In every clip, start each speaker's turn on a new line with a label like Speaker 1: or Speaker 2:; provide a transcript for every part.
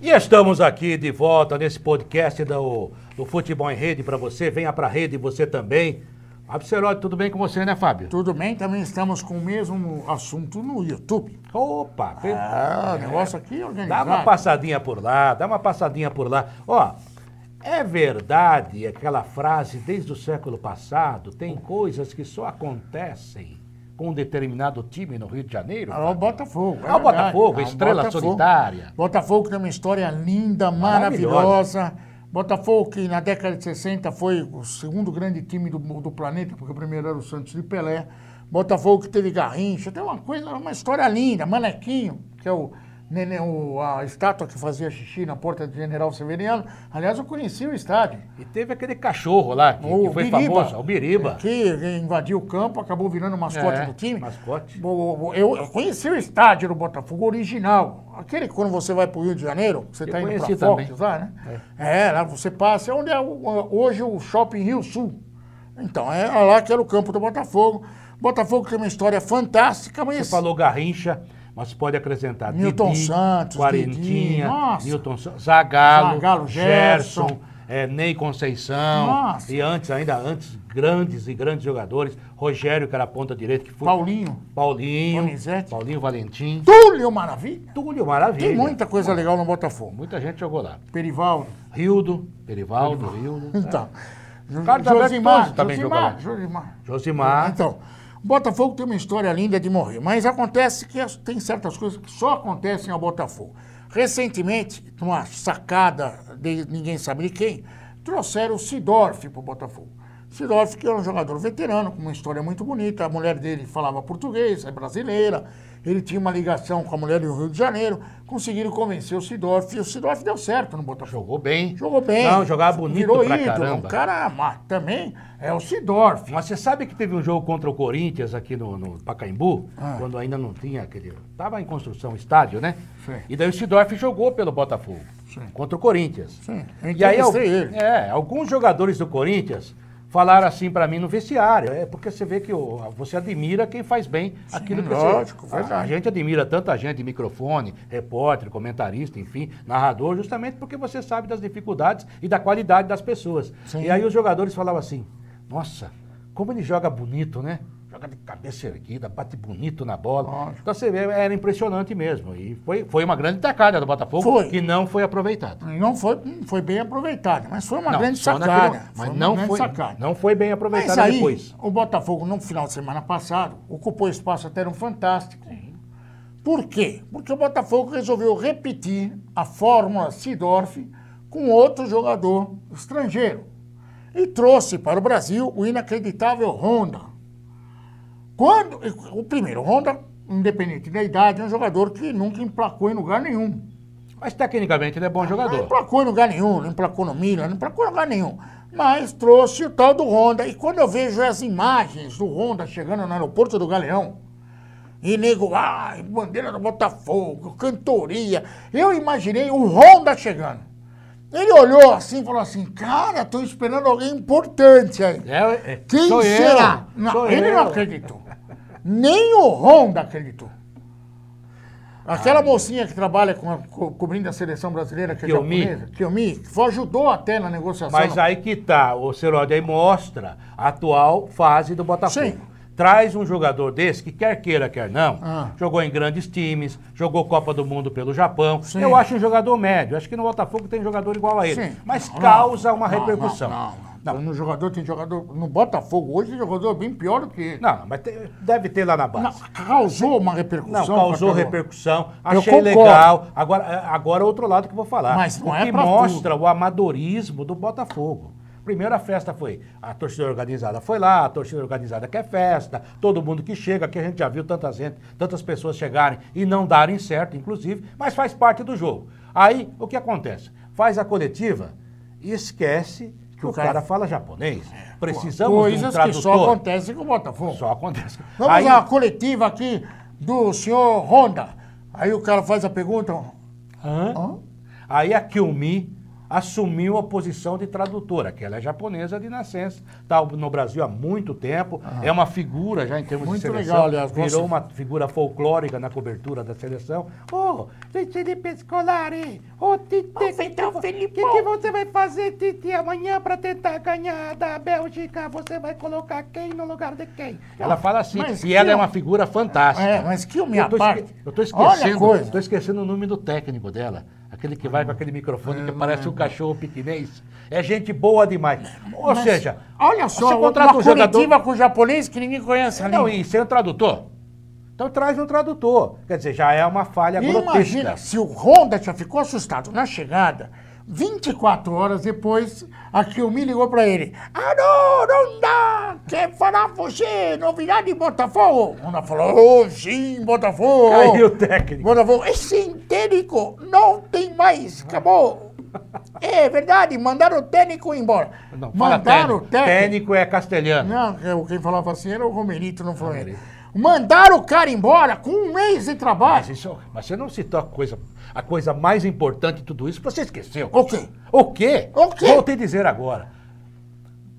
Speaker 1: E estamos aqui de volta nesse podcast do, do Futebol em Rede para você. Venha para rede você também. Fábio Serói, tudo bem com você, né, Fábio?
Speaker 2: Tudo bem, também estamos com o mesmo assunto no YouTube.
Speaker 1: Opa! fe-
Speaker 2: Ah, o negócio aqui é
Speaker 1: Dá
Speaker 2: organizado.
Speaker 1: uma passadinha por lá, dá uma passadinha por lá. Ó, é verdade aquela frase desde o século passado, tem coisas que só acontecem com um determinado time no Rio de Janeiro?
Speaker 2: Ah, o Botafogo.
Speaker 1: Ah, o
Speaker 2: verdade.
Speaker 1: Botafogo,
Speaker 2: Ah, o
Speaker 1: estrela solitária.
Speaker 2: Botafogo tem uma história linda,
Speaker 1: Maravilhosa.
Speaker 2: maravilhosa. Botafogo que na década de 60 foi o segundo grande time do, do planeta, porque o primeiro era o Santos de Pelé. Botafogo que teve Garrincha, tem uma coisa, uma história linda. Manequinho, que é o, nenê- o- a estátua que fazia xixi na porta do General Severiano. Aliás, eu conheci o estádio.
Speaker 1: E teve aquele cachorro lá que, que foi famoso, o
Speaker 2: É,
Speaker 1: Biriba.
Speaker 2: Que invadiu o campo, acabou virando mascote
Speaker 1: É,
Speaker 2: do time.
Speaker 1: mascote.
Speaker 2: Bo- bo- Eu eu conheci o estádio do Botafogo original. Aquele que quando você vai para o Rio de Janeiro, você está indo
Speaker 1: conheci
Speaker 2: para Fox
Speaker 1: também.
Speaker 2: lá, né? É. lá você passa. É onde é o- hoje o Shopping Rio Sul. Então, é lá que era o campo do Botafogo. Botafogo tem uma história fantástica, mas...
Speaker 1: Você falou Garrincha, mas pode acrescentar
Speaker 2: Nilton
Speaker 1: Didi,
Speaker 2: Santos, Didi,
Speaker 1: Quarentinha,
Speaker 2: nossa.
Speaker 1: Nilton Santos, Zagalo,
Speaker 2: Zagallo, Gerson.
Speaker 1: Gerson, eh, Ney Conceição.
Speaker 2: Nossa.
Speaker 1: E antes, ainda antes, grandes e grandes jogadores. Rogério, que era ponta direita, que foi.
Speaker 2: Paulinho,
Speaker 1: Paulinho.
Speaker 2: Donizete.
Speaker 1: Paulinho Valentim.
Speaker 2: Túlio Maravilha.
Speaker 1: Túlio, maravilha.
Speaker 2: Tem muita coisa legal no Botafogo.
Speaker 1: Muita gente jogou lá.
Speaker 2: Perivaldo.
Speaker 1: Rildo, Perivaldo, Rildo.
Speaker 2: Então. Jo-
Speaker 1: Carlos Alberto Torres também
Speaker 2: Josimar,
Speaker 1: jogou
Speaker 2: Josimar.
Speaker 1: Josimar.
Speaker 2: Então, Botafogo tem uma história linda de morrer, mas acontece que as- tem certas coisas que só acontecem ao Botafogo. Recentemente, numa sacada de ninguém sabe de quem, trouxeram o Sidorf para o Botafogo. Sidorf, que era um jogador veterano, com uma história muito bonita, a mulher dele falava português, é brasileira, ele tinha uma ligação com a mulher do Rio de Janeiro, conseguiram convencer o Sidorf, e o Sidorf deu certo no Botafogo.
Speaker 1: Jogou bem.
Speaker 2: Jogou bem.
Speaker 1: Não, jogava bonito
Speaker 2: Virou
Speaker 1: pra
Speaker 2: ídolo. um
Speaker 1: caramba.
Speaker 2: O cara mas também é o Sidorf.
Speaker 1: Mas você sabe que teve um jogo contra o Corinthians aqui no, no Pacaembu,
Speaker 2: Ah.
Speaker 1: quando ainda não tinha aquele. Tava em construção o estádio, né?
Speaker 2: Sim.
Speaker 1: E daí o Sidorf jogou pelo Botafogo
Speaker 2: Sim.
Speaker 1: contra o Corinthians.
Speaker 2: Sim, eu
Speaker 1: E aí al-
Speaker 2: entrevistei ele.
Speaker 1: é, alguns jogadores do Corinthians falaram assim pra mim no vestiário, é porque você vê que o- você admira quem faz bem aquilo que você- Ah, a-
Speaker 2: lógico,
Speaker 1: a,
Speaker 2: verdade.
Speaker 1: gente admira tanta gente, microfone, repórter, comentarista, enfim, narrador, justamente porque você sabe das dificuldades e da qualidade das pessoas.
Speaker 2: Sim.
Speaker 1: E aí os jogadores falavam assim: Nossa, como ele joga bonito, né? Joga de cabeça erguida, bate bonito na bola.
Speaker 2: Lógico.
Speaker 1: Então você vê, era impressionante mesmo. E foi, foi uma grande tacada do Botafogo
Speaker 2: Foi.
Speaker 1: que não foi aproveitada.
Speaker 2: Não foi, não foi bem aproveitado, mas foi uma
Speaker 1: Não,
Speaker 2: grande
Speaker 1: só
Speaker 2: sacada.
Speaker 1: naquele- mas
Speaker 2: uma
Speaker 1: não,
Speaker 2: grande
Speaker 1: foi,
Speaker 2: sacada.
Speaker 1: não foi bem
Speaker 2: Mas
Speaker 1: aproveitada
Speaker 2: aí,
Speaker 1: depois.
Speaker 2: o Botafogo, no final de semana passado, ocupou espaço até no Fantástico. Por quê? Porque o Botafogo resolveu repetir a fórmula Sidorf com outro jogador estrangeiro. E trouxe para o Brasil o inacreditável Honda. Quando, o primeiro, Honda, independente da idade, é um jogador que nunca emplacou em lugar nenhum.
Speaker 1: Mas tecnicamente ele é bom
Speaker 2: Não
Speaker 1: jogador.
Speaker 2: emplacou em lugar nenhum, não emplacou no Milan, não emplacou em lugar nenhum. Mas trouxe o tal do Honda. E quando eu vejo as imagens do Honda chegando no aeroporto do Galeão, e nego, ai, bandeira do Botafogo, cantoria. Eu imaginei o Honda chegando. Ele olhou assim e falou assim: Cara, tô esperando alguém importante aí.
Speaker 1: É, é,
Speaker 2: Quem
Speaker 1: sou eu,
Speaker 2: será? Não,
Speaker 1: sou
Speaker 2: ele
Speaker 1: eu.
Speaker 2: não acreditou. Nem o Honda acreditou. Aquela mocinha que trabalha com a- co- cobrindo a seleção brasileira, que é
Speaker 1: Kiyomi.
Speaker 2: japonesa, Kiyomi, que foi, ajudou até na negociação.
Speaker 1: Mas aí que tá, o Seródio aí mostra a atual fase do Botafogo.
Speaker 2: Sim.
Speaker 1: Traz um jogador desse que quer queira, quer não,
Speaker 2: Ah.
Speaker 1: jogou em grandes times, jogou Copa do Mundo pelo Japão.
Speaker 2: Sim.
Speaker 1: Eu acho um jogador médio, acho que no Botafogo tem jogador igual a ele,
Speaker 2: Sim.
Speaker 1: mas
Speaker 2: Não,
Speaker 1: causa é uma
Speaker 2: não,
Speaker 1: repercussão.
Speaker 2: Não, não, não. No jogador tem jogador. No Botafogo hoje tem jogador é bem pior do que ele.
Speaker 1: Não, mas te- deve ter lá na base.
Speaker 2: Não, causou uma repercussão.
Speaker 1: Não, causou
Speaker 2: Catalão.
Speaker 1: repercussão,
Speaker 2: Eu
Speaker 1: achei
Speaker 2: concordo.
Speaker 1: legal. Agora, é, agora é outro lado que eu vou falar.
Speaker 2: Mas não
Speaker 1: o
Speaker 2: é
Speaker 1: que
Speaker 2: pra
Speaker 1: mostra o amadorismo do Botafogo. Primeiro a festa foi, a torcida organizada foi lá, a torcida organizada quer festa, todo mundo que chega, que a gente já viu tantas, gente, tantas pessoas chegarem e não darem certo, inclusive, mas faz parte do jogo. Aí, o que acontece? Faz a coletiva e esquece que o,
Speaker 2: O
Speaker 1: cara,
Speaker 2: cara- É,
Speaker 1: fala japonês. Precisamos de um
Speaker 2: Coisas que
Speaker 1: tradutor.
Speaker 2: só acontecem com o Botafogo.
Speaker 1: Só acontece.
Speaker 2: Vamos
Speaker 1: Aí-
Speaker 2: à coletiva aqui do senhor Honda. Aí o cara faz a pergunta.
Speaker 1: Hã?
Speaker 2: Hã?
Speaker 1: Aí a Kilmi, assumiu a posição de tradutora, que ela é japonesa de nascença, está no Brasil há muito tempo, é uma figura já em termos
Speaker 2: Ah. Muito
Speaker 1: de seleção,
Speaker 2: legal, aliás,
Speaker 1: virou
Speaker 2: você-
Speaker 1: uma figura folclórica na cobertura da seleção. Ô, Felipe Scolari, ô Tite, o que, que você vai fazer, Tite, amanhã para tentar ganhar da Bélgica? Você vai colocar quem no lugar de quem? Ela fala assim,
Speaker 2: Ah, Mas
Speaker 1: e
Speaker 2: que
Speaker 1: ela é
Speaker 2: eu-
Speaker 1: uma figura fantástica.
Speaker 2: É, mas que eu me
Speaker 1: Eu tô, esque-
Speaker 2: aparte.
Speaker 1: eu tô
Speaker 2: Olha a
Speaker 1: esquecendo,
Speaker 2: coisa.
Speaker 1: tô esquecendo o nome do técnico dela. Aquele que vai com aquele microfone que parece um cachorro piquinês. É gente boa demais. Ou
Speaker 2: Mas
Speaker 1: seja,
Speaker 2: olha só,
Speaker 1: você
Speaker 2: uma
Speaker 1: contrata um
Speaker 2: coletiva
Speaker 1: jogador.
Speaker 2: com o japonês que ninguém conhece ali.
Speaker 1: Não, e sem o tradutor. Então traz um tradutor. Quer dizer, já é uma falha
Speaker 2: E
Speaker 1: grotesca.
Speaker 2: imagina se o Honda já ficou assustado na chegada. 24 horas depois, a Kyumi ligou pra ele. Alô, Honda! Quer falar com você? Novidade de Botafogo? O Honda falou, oh, sim, Botafogo!
Speaker 1: Caiu o técnico.
Speaker 2: Botafogo, esse técnico não tem mais, acabou. É verdade, mandaram o técnico embora.
Speaker 1: Não, fala
Speaker 2: mandaram o
Speaker 1: técnico. Técnico é castelhano.
Speaker 2: não, eu- quem falava assim era o Romerito, não foi ele.
Speaker 1: Romerito.
Speaker 2: Mandaram o cara embora com um mês de
Speaker 1: Mas,
Speaker 2: trabalho.
Speaker 1: isso- mas você não citou a coisa, a coisa mais importante de tudo isso, você esqueceu.
Speaker 2: O quê?
Speaker 1: O quê?
Speaker 2: O quê?
Speaker 1: Vou te dizer agora.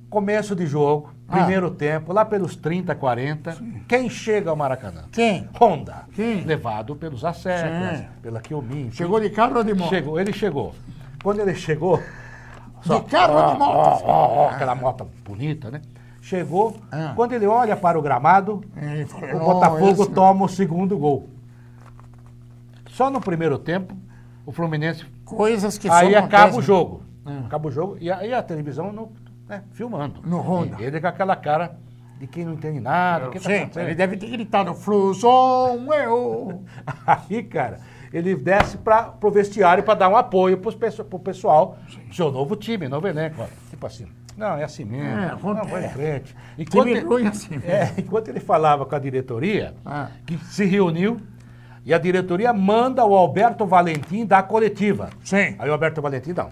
Speaker 1: Começo de jogo,
Speaker 2: Ah.
Speaker 1: primeiro tempo, lá pelos 30, 40, quem chega ao Maracanã?
Speaker 2: Quem?
Speaker 1: Honda.
Speaker 2: Sim.
Speaker 1: Levado pelos Assecas,
Speaker 2: Sim.
Speaker 1: pela Kiyomin.
Speaker 2: Chegou de carro ou de moto?
Speaker 1: Chegou, ele chegou. Quando ele chegou.
Speaker 2: De carro
Speaker 1: Ah,
Speaker 2: ou de moto?
Speaker 1: ó, ó, aquela moto bonita, né? Chegou.
Speaker 2: Ah. É,
Speaker 1: Quando ele olha para o gramado,
Speaker 2: Ele falou,
Speaker 1: ah. o
Speaker 2: "Não,
Speaker 1: Botafogo
Speaker 2: esse-
Speaker 1: toma o segundo gol. Só no primeiro tempo, o Fluminense.
Speaker 2: Coisas que
Speaker 1: aí
Speaker 2: só
Speaker 1: acaba o
Speaker 2: acontecem.
Speaker 1: jogo. Acaba o jogo. E aí a televisão no- né, filmando.
Speaker 2: No Honda.
Speaker 1: E ele com aquela cara de quem não entende nada. o que tá
Speaker 2: Sim,
Speaker 1: acontecendo?
Speaker 2: ele deve ter gritado, Flusão, eu...
Speaker 1: Aí, cara, ele desce para pro vestiário para dar um apoio pros pesso- pro pessoal, seu novo time, novo elenco. ó. Tipo assim, não, é assim mesmo,
Speaker 2: É,
Speaker 1: não, vai
Speaker 2: é.
Speaker 1: em frente.
Speaker 2: Time
Speaker 1: Enquanto
Speaker 2: ruim assim mesmo.
Speaker 1: é, enquanto ele falava com a diretoria,
Speaker 2: Ah.
Speaker 1: que se reuniu, e a diretoria manda o Alberto Valentim dar a coletiva.
Speaker 2: Sim.
Speaker 1: Aí o Alberto Valentim, não.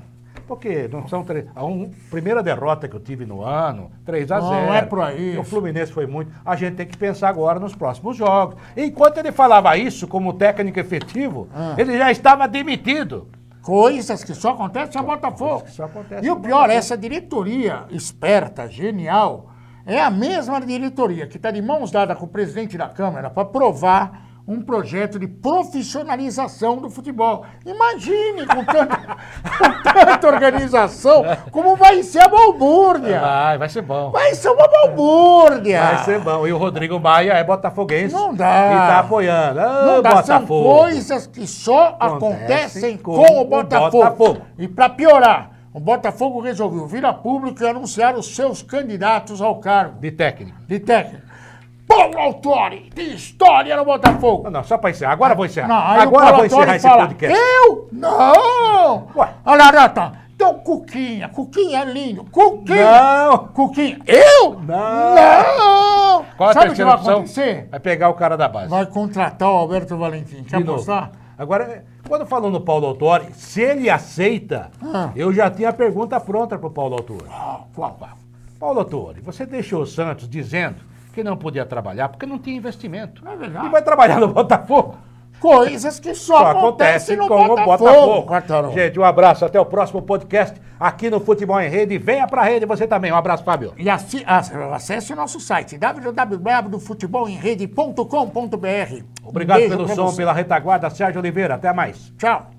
Speaker 1: Porque não são três. A um- primeira derrota que eu tive no ano, 3 a 0
Speaker 2: Não, é pra isso.
Speaker 1: O Fluminense foi muito. A gente tem que pensar agora nos próximos jogos. Enquanto ele falava isso como técnico efetivo,
Speaker 2: Ah.
Speaker 1: ele já estava demitido.
Speaker 2: Coisas que só acontecem a Botafogo.
Speaker 1: que só acontecem
Speaker 2: e
Speaker 1: a
Speaker 2: o pior, essa diretoria esperta, genial, é a mesma diretoria que está de mãos dadas com o presidente da Câmara para aprovar um projeto de profissionalização do futebol. Imagine com tanta, com tanta organização, como vai ser a balbúrdia.
Speaker 1: Vai, vai ser bom.
Speaker 2: Vai ser uma balbúrdia.
Speaker 1: É Vai ser bom. E o Rodrigo Maia é botafoguense.
Speaker 2: Não dá.
Speaker 1: E tá apoiando. Ah,
Speaker 2: Não dá, são
Speaker 1: Botafogo.
Speaker 2: coisas que só acontecem
Speaker 1: Acontecem
Speaker 2: com,
Speaker 1: com
Speaker 2: o
Speaker 1: o
Speaker 2: Botafogo.
Speaker 1: Botafogo.
Speaker 2: E para piorar, o Botafogo resolveu vir a público e anunciar os seus candidatos ao cargo
Speaker 1: De técnico.
Speaker 2: de técnico. Paulo Autori, tem história no Botafogo.
Speaker 1: Não, não, só pra encerrar. Agora eu vou encerrar.
Speaker 2: Não, aí o
Speaker 1: Agora eu
Speaker 2: Paulo
Speaker 1: vou encerrar
Speaker 2: Autori
Speaker 1: esse
Speaker 2: fala,
Speaker 1: podcast.
Speaker 2: eu? Não!
Speaker 1: Ué.
Speaker 2: Olha lá, tá. Então, Cuquinha, Cuquinha é lindo. Cuquinha!
Speaker 1: Não!
Speaker 2: Cuquinha, eu?
Speaker 1: Não.
Speaker 2: Não!
Speaker 1: Qual a
Speaker 2: Sabe o que
Speaker 1: terceira
Speaker 2: vai
Speaker 1: opção?
Speaker 2: acontecer?
Speaker 1: Vai pegar o cara da base.
Speaker 2: Vai contratar o Alberto Valentim. Quer
Speaker 1: De novo.
Speaker 2: mostrar?
Speaker 1: Agora, quando falou no Paulo Autori, se ele aceita,
Speaker 2: Ah.
Speaker 1: eu já tinha a pergunta pronta pro Paulo Autori.
Speaker 2: Qual? qual?
Speaker 1: Paulo Autori, você deixou o Santos dizendo que não podia trabalhar porque não tinha investimento.
Speaker 2: É verdade.
Speaker 1: E vai trabalhar no Botafogo.
Speaker 2: Coisas que só,
Speaker 1: Só acontece
Speaker 2: acontecem no
Speaker 1: com
Speaker 2: Botafogo.
Speaker 1: o Botafogo.
Speaker 2: Quartarão.
Speaker 1: Gente, um abraço. Até o próximo podcast aqui no Futebol em Rede. Venha pra rede você também. Um abraço, Fábio.
Speaker 2: E assi- ac- acesse o nosso site www.futebolemrede.com.br.
Speaker 1: Obrigado
Speaker 2: Beijo
Speaker 1: pelo
Speaker 2: pra
Speaker 1: som,
Speaker 2: Um você.
Speaker 1: pela retaguarda. Sérgio Oliveira, até mais.
Speaker 2: Tchau.